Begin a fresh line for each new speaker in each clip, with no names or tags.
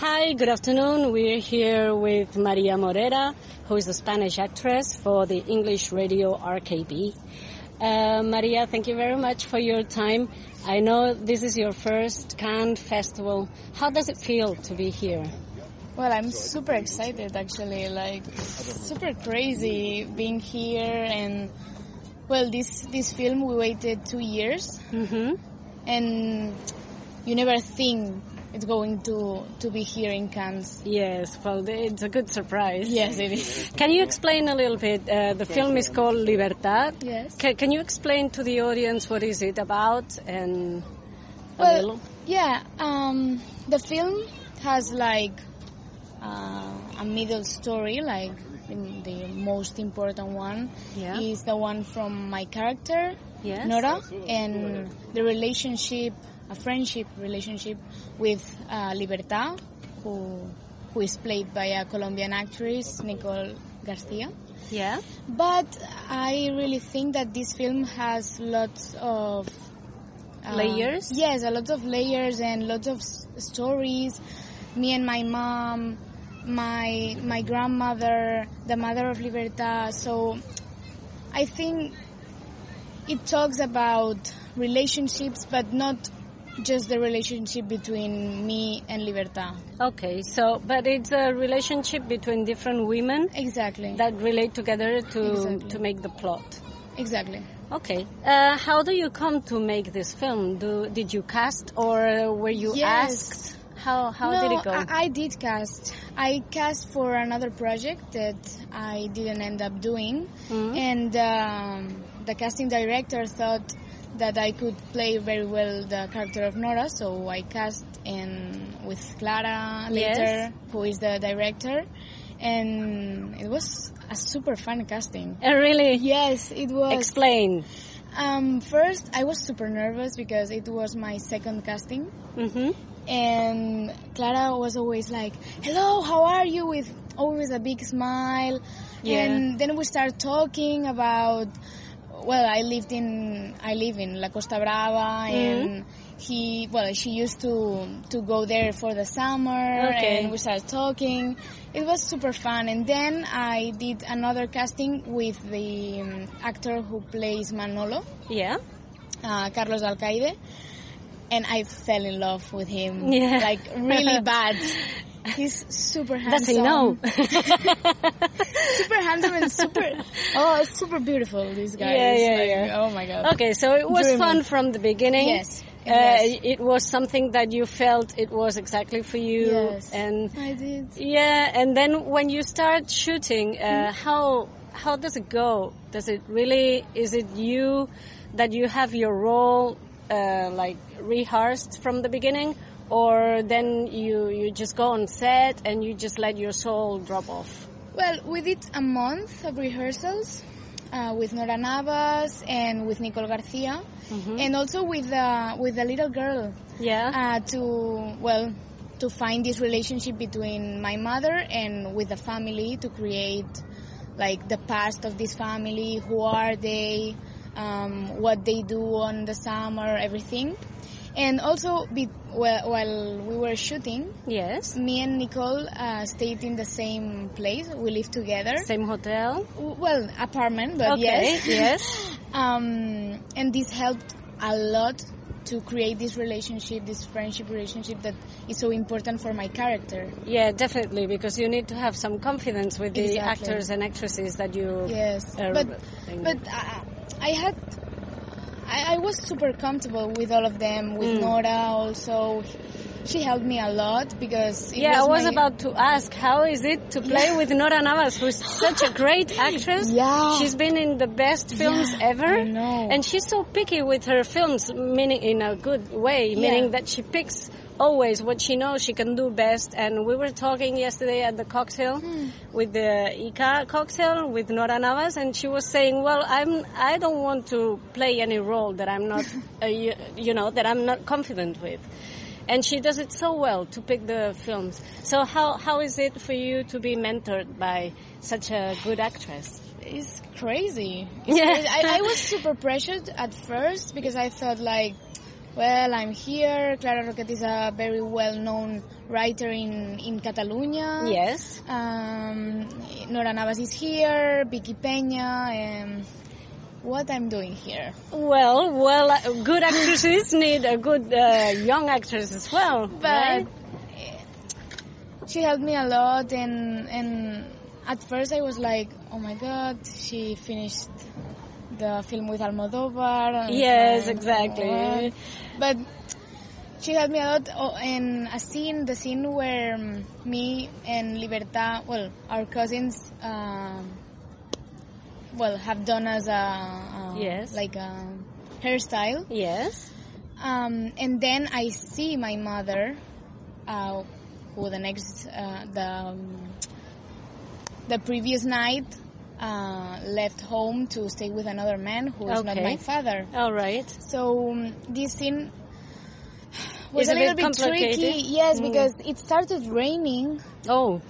Hi, good afternoon. We're here with Maria Morera, who is a Spanish actress for the English radio RKB. Uh, Maria, thank you very much for your time. I know this is your first Cannes Festival. How does it feel to be here?
Well, I'm super excited actually, like super crazy being here and well, this this film we waited 2 years
hmm
and you never think it's going to to be here in Cannes.
Yes, well, it's a good surprise.
Yes, it is.
Can you explain a little bit? Uh, the film is called Libertad.
Yes.
Ca can you explain to the audience what is it about and a
Well,
little?
yeah, um, the film has like uh, a middle story, like the, the most important one
Yeah.
is the one from my character,
Yes.
Nora, and the relationship, a friendship relationship with uh, Libertad, who who is played by a Colombian actress, Nicole Garcia.
Yeah.
But I really think that this film has lots of um,
Layers?
Yes, a lot of layers and lots of s- stories. Me and my mom, my my grandmother, the mother of Libertad. So I think it talks about relationships, but not just the relationship between me and Libertad.
Okay. So, but it's a relationship between different women
Exactly.
that relate together to
Exactly.
to make the plot.
exactly.
Okay. Uh, how do you come to make this film? Do did you cast or were you
Yes.
asked? How how
no,
did it go?
I, I did cast. I cast for another project that I didn't end up doing,
Mhm.
and um, the casting director thought that I could play very well the character of Nora, so I cast in with Clara later,
Yes.
who is the director, and it was a super fun casting.
Uh, really?
Yes, it was.
Explain.
Um, first, I was super nervous because it was my second casting
hmm
and Clara was always like, "Hello, how are you?" with always a big smile.
Yeah.
And then we start talking about well, I lived in I live in La Costa Brava
Mm-hmm.
and he well, she used to to go there for the summer
Okay.
and we started talking. It was super fun and then I did another casting with the um, actor who plays Manolo
Yeah.
uh, Carlos Alcaide, and I fell in love with him.
Yeah.
Like really bad. He's super
Does he
handsome.
know?
super handsome and super. Oh, it's super beautiful. This guy.
Yeah,
is
yeah,
like,
yeah.
Oh my god.
okay, so it was
Dreaming.
fun from the beginning.
Yes, it
Uh, it was something that you felt it was exactly for you.
Yes.
And
I did.
yeah, and then when you start shooting, uh, how how does it go? Does it really? Is it you that you have your role uh, like rehearsed from the beginning, or then you you just go on set and you just let your soul drop off?
Well, we did a month of rehearsals uh, with Nora Navas and with Nicole Garcia,
Mm-hmm.
and also with uh, with the little girl
Yeah.
uh, to well to find this relationship between my mother and with the family to create like the past of this family who are they um, what they do on the summer everything and also be, well, while we were shooting
yes.
me and nicole uh, stayed in the same place we lived together
Same hotel.
W- well apartment but
Okay.
yes
Yes.
um, and this helped a lot to create this relationship, this friendship relationship that is so important for my character.
Yeah, definitely, because you need to have some confidence with the
Exactly.
actors and actresses that you.
Yes,
Uh,
but
thing.
but I, I had I, I was super comfortable with all of them. With
Mm.
Nora also, she helped me a lot because it
Yeah, I was
my-
about to ask, how is it to play with Nora Navas, who's such a great actress?
Yeah.
She's been in the best films
Yeah,
ever.
I know.
And she's so picky with her films, meaning in a good way, meaning that she picks always what she knows she can do best. And we were talking yesterday at the cocktail with the Ica cocktail with Nora Navas, and she was saying, "Well, I'm I don't want to play any role that I'm not, uh, you, you know, that I'm not confident with." and she does it so well to pick the films. So how how is it for you to be mentored by such a good actress?
It's crazy. It's
Yeah.
crazy. I, I was super pressured at first because I thought like, well, I'm here. Clara Roquet is a very well-known writer in, in Catalonia.
Yes.
Um, Nora Navas is here, Vicky Peña, and what I'm doing here.
Well, well, uh, good actresses need a good uh, young actress as well. right?
But she helped me a lot, and, and at first I was like, oh my god, she finished the film with Almodóvar. and-
yes,
and-
exactly.
But she helped me a lot oh, in a scene, the scene where um, me and Libertad, well, our cousins, um well, have done as a, a-
Yes.
like a hairstyle.
Yes.
Um, and then I see my mother, uh, who the next, uh, the, um, the previous night uh, left home to stay with another man who is not
Okay.
my father.
All right.
So um, this scene was
It's
a
a
little
bit
bit tricky.
complicated.
Yes,
Mm.
because it started raining,
Oh,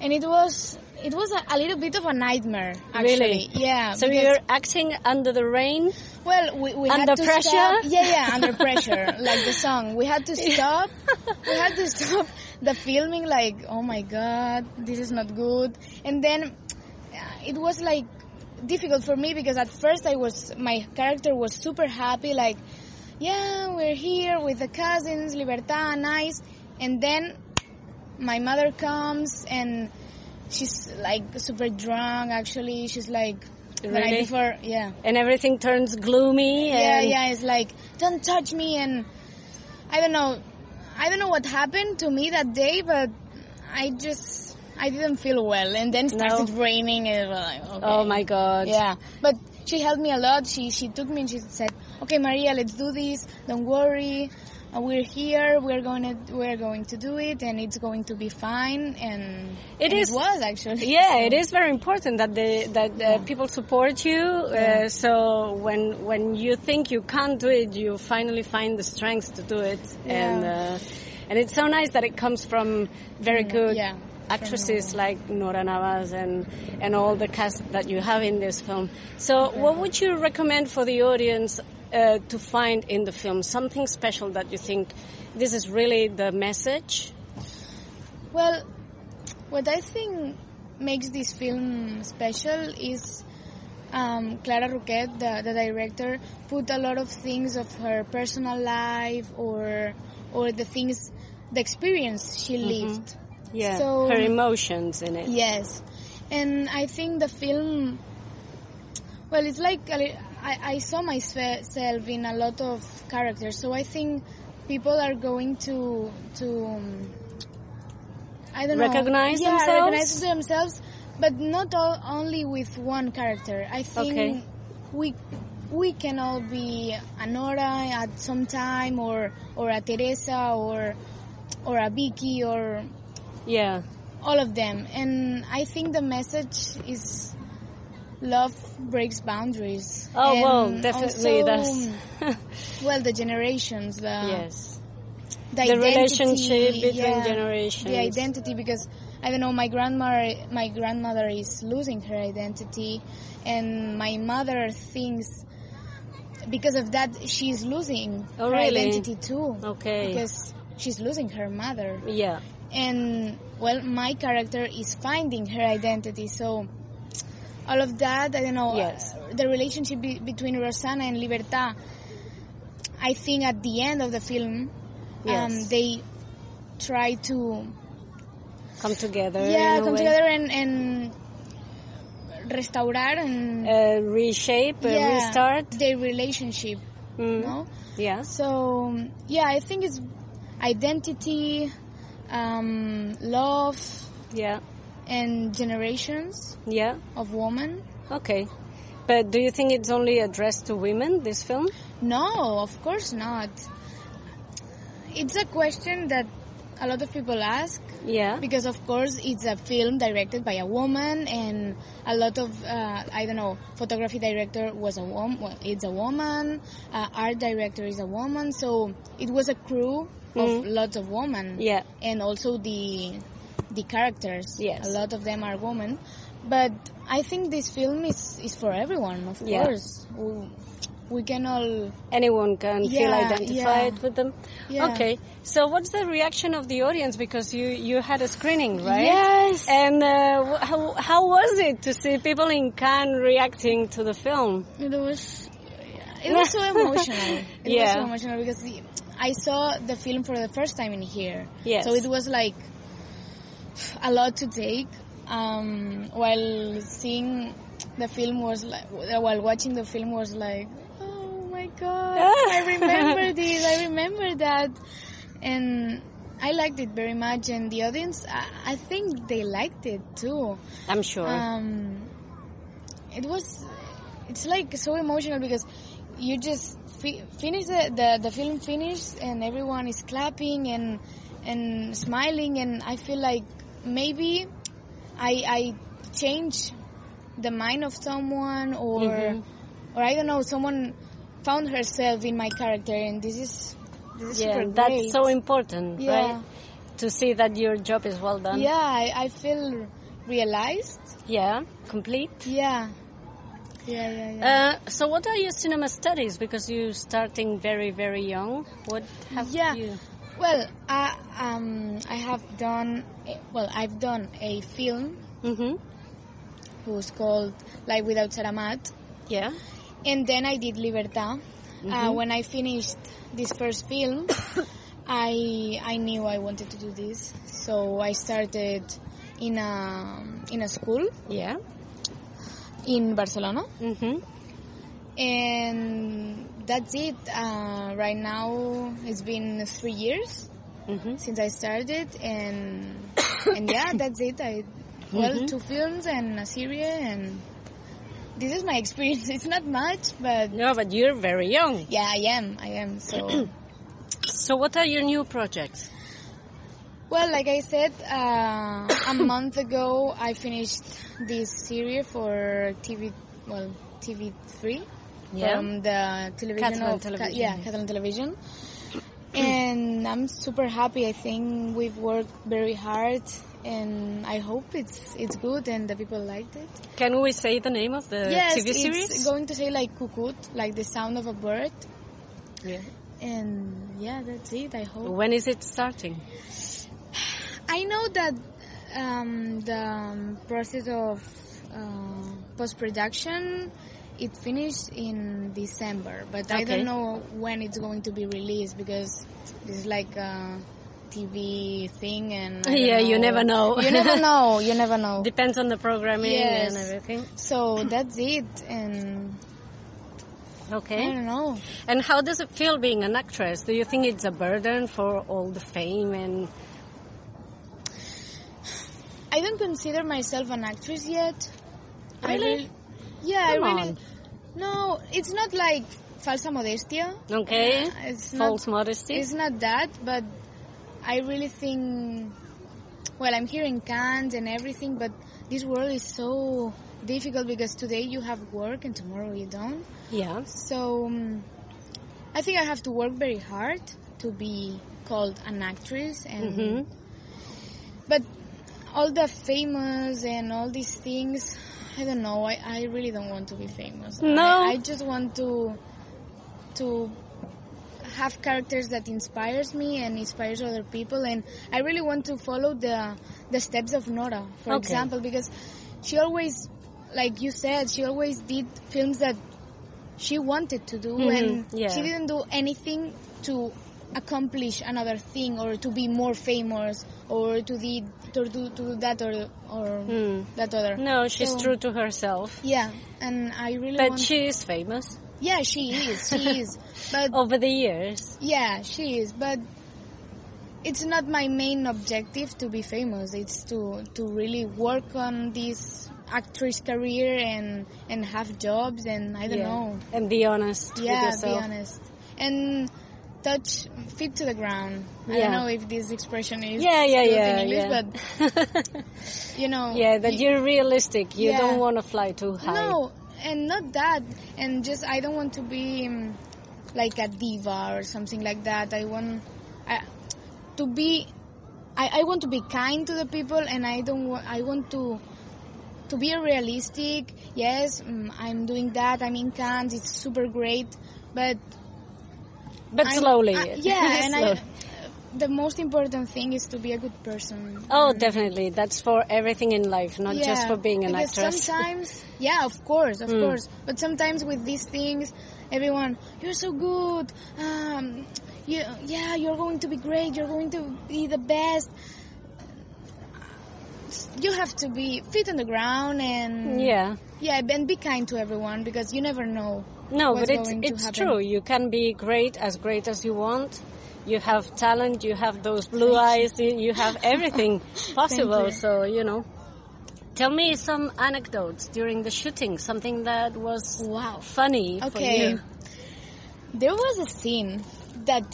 and it was it was a, a little bit of a nightmare. Actually.
Really?
Yeah.
so
Uh, because-
you're acting under the rain?
well, we, we
Under
had to
pressure?
Stop. Yeah, yeah, under pressure, like the song. We had to stop. we had to stop the filming. Like, oh my god, this is not good. And then uh, it was like difficult for me because at first I was my character was super happy. Like, yeah, we're here with the cousins, Libertad, nice. And then my mother comes and she's like super drunk. Actually, she's like. The night
Really?
before, yeah
And everything turns gloomy
yeah,
and
yeah. It's like, don't touch me, and I don't know, I don't know what happened to me that day, but I just, I didn't feel well, and then it
No.
started raining, and it was like, okay.
oh my god.
yeah. But she helped me a lot. She she took me and she said, okay, Maria, let's do this. Don't worry. Uh, We're here. We're going to we're going to do it, and it's going to be fine. And
It
and
is-
It was actually.
Yeah, it is very important that they, that uh, people support you. Uh, so when when you think you can't do it, you finally find the strength to do it, and
Yeah.
uh, and it's so nice that it comes from very good
yeah, from uh,
actresses like Nora Navas and and all the cast that you have in this film. So what would you recommend for the audience uh, to find in the film? Something special that you think this is really the message?
Well, what I think makes this film special is um, Clara Roquet, the, the director, put a lot of things of her personal life or or the things, the experience she lived.
Yeah,
So-
her emotions in it.
Yes, and I think the film. Well, it's like a li- I, I saw myself in a lot of characters, so I think people are going to to um, I don't
Recognize
know, yeah,
themselves?
recognize themselves, but not all, only with one character. I think
Okay.
we we can all be a Nora at some time, or or a Teresa, or or a Vicky, or
Yeah.
all of them and i think the message is love breaks boundaries
Oh
And
well, definitely
also,
that's
well the generations the
yes. The
the, identity,
relationship between
yeah,
generations.
the identity because i don't know my grandmother my grandmother is losing her identity and my mother thinks because of that she's losing
Oh,
her
really?
identity too
Okay.
because she's losing her mother
yeah.
and well my character is finding her identity so all of that i don't know
Yes.
uh, the relationship be- between rosanna and libertad i think at the end of the film um,
Yes.
they try to
Come together.
yeah
in a
come
way.
together and, and restaurar and
Uh, reshape, uh,
yeah,
restart.
their relationship
Mm.
no
Yeah.
so yeah i think it's identity um, love
Yeah.
and generations
Yeah.
of woman?
Okay. But do you think it's only addressed to women, this film?
No, of course not. It's a question that a lot of people ask
Yeah.
because, of course, it's a film directed by a woman, and a lot of uh, I don't know, photography director was a woman. Well, it's a woman. Uh, art director is a woman. So it was a crew of lots of women.
Mm-hmm. Yeah.
and also the the characters.
Yes.
a lot of them are women, but I think this film is is for everyone, of
Yeah.
course. W- we can all
anyone can feel
Yeah,
identified
yeah.
with them.
Yeah.
Okay. So what's the reaction of the audience because you you had a screening, right?
Yes.
And uh, wh- how how was it to see people in Cannes reacting to the film?
It was it was so emotional. It was
Yeah.
so emotional because the- I saw the film for the first time in here.
Yes.
So it was like a lot to take. Um, while seeing the film was like, while watching the film was like, oh my god, I remember this, I remember that, and I liked it very much. And the audience, I, I think they liked it too.
I'm sure.
Um, it was, it's like so emotional because you just fi- finish the, the the film finished and everyone is clapping and and smiling and I feel like maybe I I change the mind of someone or
Mhm.
or I don't know someone found herself in my character and this is this is
yeah,
super
that's
great.
so important,
Yeah.
right? To see that your job is well done.
yeah I, I feel realized
Yeah, complete.
yeah yeah yeah yeah.
Uh, so what are your cinema studies? Because you're starting very, very young. What have
Yeah.
you?
Well, I, um, I have done, well, I've done a film
Mm-hmm.
who's called Life Without Saramat,
Yeah.
and then I did Libertad. Uh,
Mhm.
when I finished this first film, I I knew I wanted to do this, so I started in a in a school
Yeah.
in Barcelona,
Mm-hmm.
and that's it. Uh, right now, it's been three years.
Mm-hmm.
since I started, and and yeah, that's it. I well,
Mhm.
two films and a series, and this is my experience. It's not much, but
No, but you're very young.
yeah, I am, I am. So
So what are your new projects?
well, like I said, uh, a month ago, I finished this series for TV, well, TV three. from the television
Catalan
of Ca-
television,
yeah
yes.
Catalan television and I'm super happy I think we've worked very hard and I hope it's it's good and the people liked it
Can we say the name of the
yes
TV
it's
series?
going to say like cucut like the sound of a bird
yeah.
and yeah that's it I hope
When is it starting?
I know that um, the um, process of uh, post production it finished in December, but I
Okay.
don't know when it's going to be released because it's like a TV thing, and I don't
Yeah, you never know.
You never know. You never know.
Depends on the programming
Yes.
and everything.
So that's it, and I
Okay.
don't know.
And how does it feel being an actress? Do you think it's a burden for all the fame and
I don't consider myself an actress yet. I
Really?
really- yeah,
Come
I really.
on.
No, it's not like falsa modestia.
okay?
It's not
False modesty.
It's not that, but I really think. Well, I'm here in Cannes and everything, but this world is so difficult because today you have work and tomorrow you don't.
Yeah.
So um, I think I have to work very hard to be called an actress and
Mm-hmm.
but all the famous and all these things i don't know i, I really don't want to be famous
No.
I, I just want to to have characters that inspires me and inspires other people and i really want to follow the the steps of nora for
Okay.
example because she always like you said she always did films that she wanted to do
Mhm,
and
yeah.
she didn't do anything to accomplish another thing or to be more famous or to the to do, to do that or or
Mm.
that other
No, she's
So-
true to herself.
yeah and i really
But
want
she is famous
yeah she is she is but
over the years.
yeah she is but it's not my main objective to be famous it's to to really work on this actress career and and have jobs and i don't
Yeah.
know
And be honest with
Yeah, be
yourself.
honest. And touch feet to the ground. I
Yeah.
don't know if this expression is
Yeah, yeah,
good
yeah.
in English,
yeah.
but you know.
yeah, that
y-
you're realistic. You
Yeah.
don't want to fly too high.
No, and not that. And just I don't want to be um, like a diva or something like that. I want I, to be. I, I want to be kind to the people, and I don't. Wa- I want to to be realistic, yes, mm, I'm doing that. I'm in Cannes. It's super great, but
But
I'm-
slowly.
I- yeah, and
Slowly.
I, the most important thing is to be a good person.
Oh, definitely. That's for everything in life, not just
Yeah,
for being an
because
actress. Hmm.
Sometimes, yeah, of course, of course. But sometimes with these things, everyone, you're so good. Um, you, yeah, you're going to be great. You're going to be the best. You have to be feet on the ground and
yeah.
yeah, and be kind to everyone because you never know.
No,
what's
but it's,
going to
it's
happen.
true. You can be great, as great as you want. You have talent, you have those blue eyes, you you have everything possible.
you.
So, you know. Tell me some anecdotes during the shooting, something that was
Wow.
funny for
Okay.
you.
There was a scene that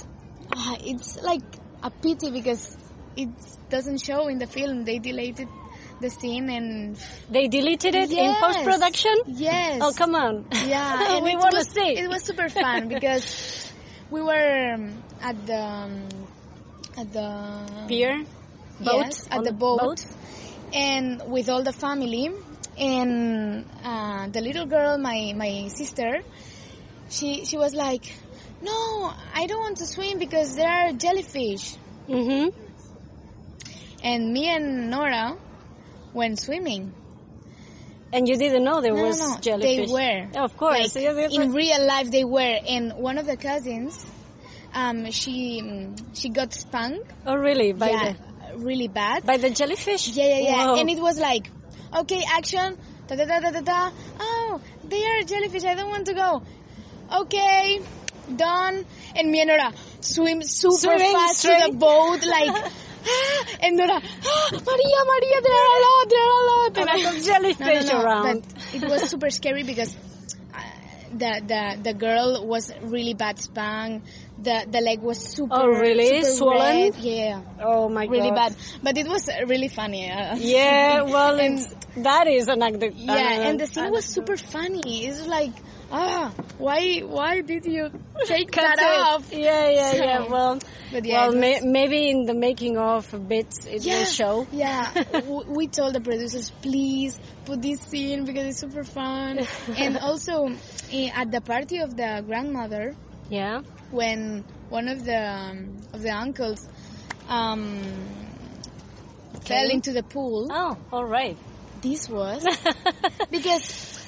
ah, it's like a pity because it doesn't show in the film. They deleted the scene and
They deleted it in
Yes.
post production?
Yes.
Oh, come on.
Yeah, and
we
it
want to
was-
see.
It was super fun because we were um, at the um, at the
Beer? Boat?
yes, at
On
the boat, and with all the family and uh, the little girl, my my sister, she she was like, "No, I don't want to swim because there are jellyfish."
hmm
And me and Nora went swimming.
And you didn't know there
No,
was
no, no.
jellyfish.
They were.
Yeah, of course.
Like,
Yeah, yeah,
in real life, they were. And one of the cousins, um, she mm, she got stung.
oh, really? By
yeah,
the
really bad.
by the jellyfish?
yeah, yeah, yeah.
Whoa.
And it was like, okay, action. Da da da da da da. Oh, they are jellyfish. I don't want to go. Okay, done. And me and Nora swim super
Swimming
fast to
straight.
the boat, like. "Ah," and Nora, "Ah, Maria, Maria, there are a lot, there are a lot.
a
And
lot
I-
of jellyfish around.
But it was super scary because uh, the the the girl was really bad stung. The the leg was super.
Oh, really?
super
Swollen?
red. Yeah,
oh my
really
god.
bad. But it was uh, really funny. Uh,
Yeah, well,
And-
it's, that is an anecdote.
yeah, and the scene was super funny. It's like, ah, why why did you take
Cut
that
it.
off?
Yeah, yeah,
So-
yeah. Well,
But yeah,
well,
it
may, maybe in the making of bits it will show.
Yeah, W- we told the producers, please put this scene because it's super fun. and also, eh, at the party of the grandmother,
Yeah.
when one of the um, of the uncles um, fell into the pool,
Oh, all right.
this was because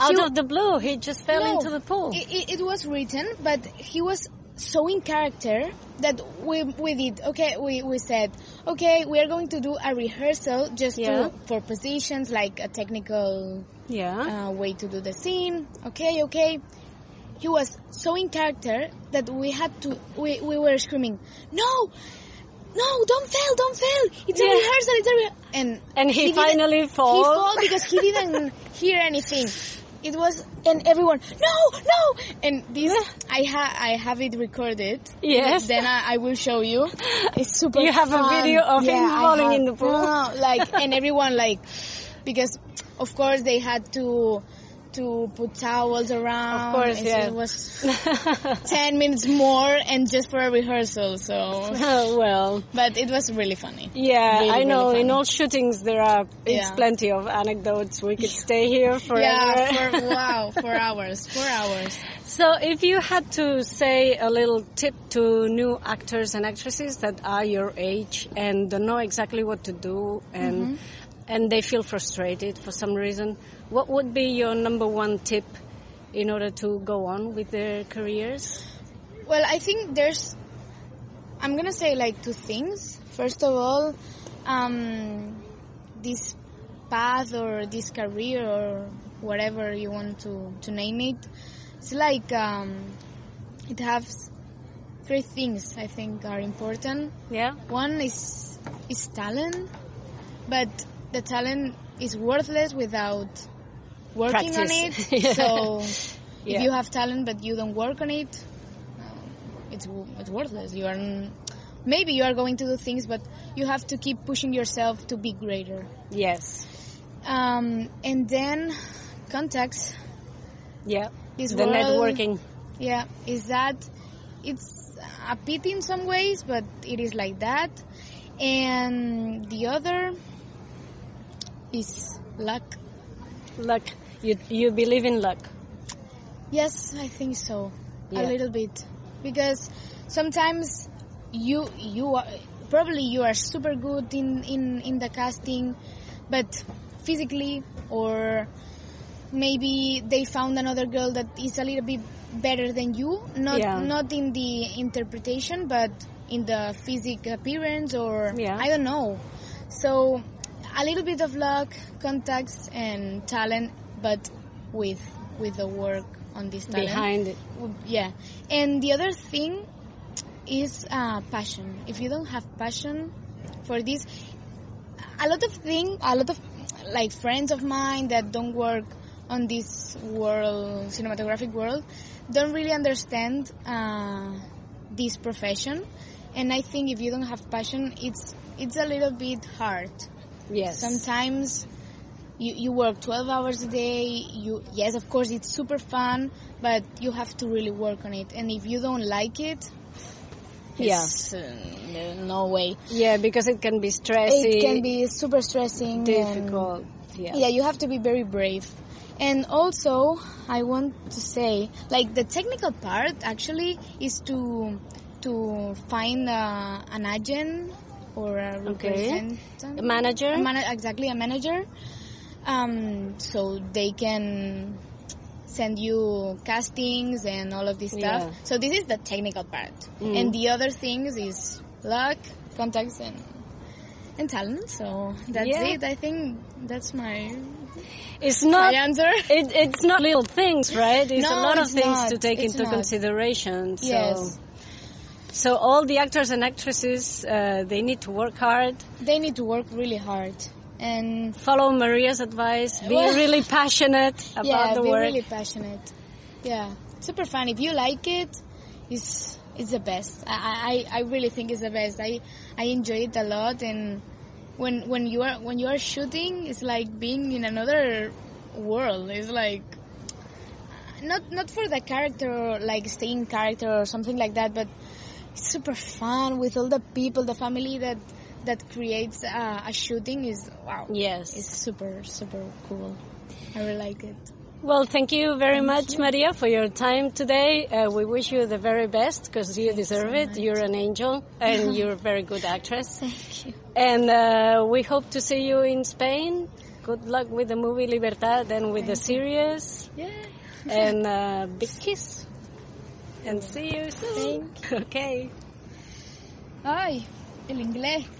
Out
He-
of the blue, he just fell
No,
into the pool.
It, it, it was written, but he was so in character that we we did okay. We we said okay, we are going to do a rehearsal just
Yeah.
to, for positions like a technical
yeah.
uh, way to do the scene. Okay, okay. He was so in character that we had to we we were screaming, no. No, don't fail, don't fail. It's a
Yeah.
rehearsal, it's a re-. and
and he,
he didn't-
finally
he
falls.
fall because he didn't hear anything. It was and everyone no no and this I ha I have it recorded.
Yes.
Then I, I will show you. It's super.
You have a
fun.
video of him
I
falling
have-
in the pool?
No, no, like and everyone like because of course they had to to put towels
Of
around.
course,
and so
yeah.
It was ten minutes more and just for a rehearsal. So,
well,
but it was really funny.
yeah,
Really,
I
really
know. in
funny.
all shootings, there are it's
Yeah.
plenty of anecdotes. We could stay here forever.
Yeah, for wow, four hours, four hours.
So, if you had to say a little tip to new actors and actresses that are your age and don't know exactly what to do and and they feel frustrated for some reason, what would be your number one tip in order to go on with their careers?
Well, I think there's. I'm gonna say like two things. First of all, um, this path or this career or whatever you want to to name it, it's like um, it has three things I think are important.
Yeah.
One is is talent, but the talent is worthless without working
Practice.
on it. So
Yeah.
if you have talent but you don't work on it, um, it's wo- it's worthless. You are n- maybe you are going to do things, but you have to keep pushing yourself to be greater.
Yes.
Um, and then contacts.
Yeah.
This
the
world-
networking.
Yeah, is that it's a pity in some ways, but it is like that. And the other is luck.
luck. You you believe in luck.
Yes, I think so.
Yeah.
A little bit, because sometimes you you are, probably you are super good in in in the casting, but physically or maybe they found another girl that is a little bit better than you. Not
Yeah.
not in the interpretation, but in the physic appearance or
Yeah.
I don't know. So a little bit of luck, contacts, and talent, but with with the work on this talent.
Behind it.
Yeah. And the other thing is uh, passion. If you don't have passion for this, a lot of thing, a lot of like friends of mine that don't work on this world, cinematographic world, don't really understand uh, this profession. And I think if you don't have passion, it's it's a little bit hard
Yes.
sometimes you, you work 12 hours a day you yes of course it's super fun but you have to really work on it and if you don't like it
Yeah.
it's, uh, no- no way
Yeah, because it can be stressy.
it can be super stressing and-
difficult. Yeah.
yeah you have to be very brave and also i want to say like the technical part actually is to to find uh, an agent or a representative
A manager.
a mana- exactly a manager um, so they can send you castings and all of this stuff
Yeah.
so this is the technical part
Mm.
and the other things is luck contacts and and talent so that's
Yeah.
it i think that's my
it's
my
not.
answer
It, it's not little things, right? It's a
No,
lot of
it's
things
not.
to take
It's
into
not.
consideration. So.
Yes.
So all the actors and actresses, uh, they need to work hard.
they need to work really hard and
Follow Maria's advice. Be
Well-
really passionate about
yeah
the
be
work.
really passionate yeah super fun if you like it it's it's the best I, I i really think it's the best i i enjoy it a lot and when when you are when you are shooting it's like being in another world it's like not not for the character like staying character or something like that but it's super fun with all the people the family that that creates uh, a shooting is wow
Yes.
it's super super cool i really like it
Well, thank you very much, Maria, for your time today. Uh, we wish you the very best because you deserve it. You're an angel and you're a very good actress.
Thank you.
And uh, we hope to see you in Spain. Good luck with the movie Libertad and with the series.
Yeah.
And uh, big kiss. And see you soon. Okay.
Ay, el inglés.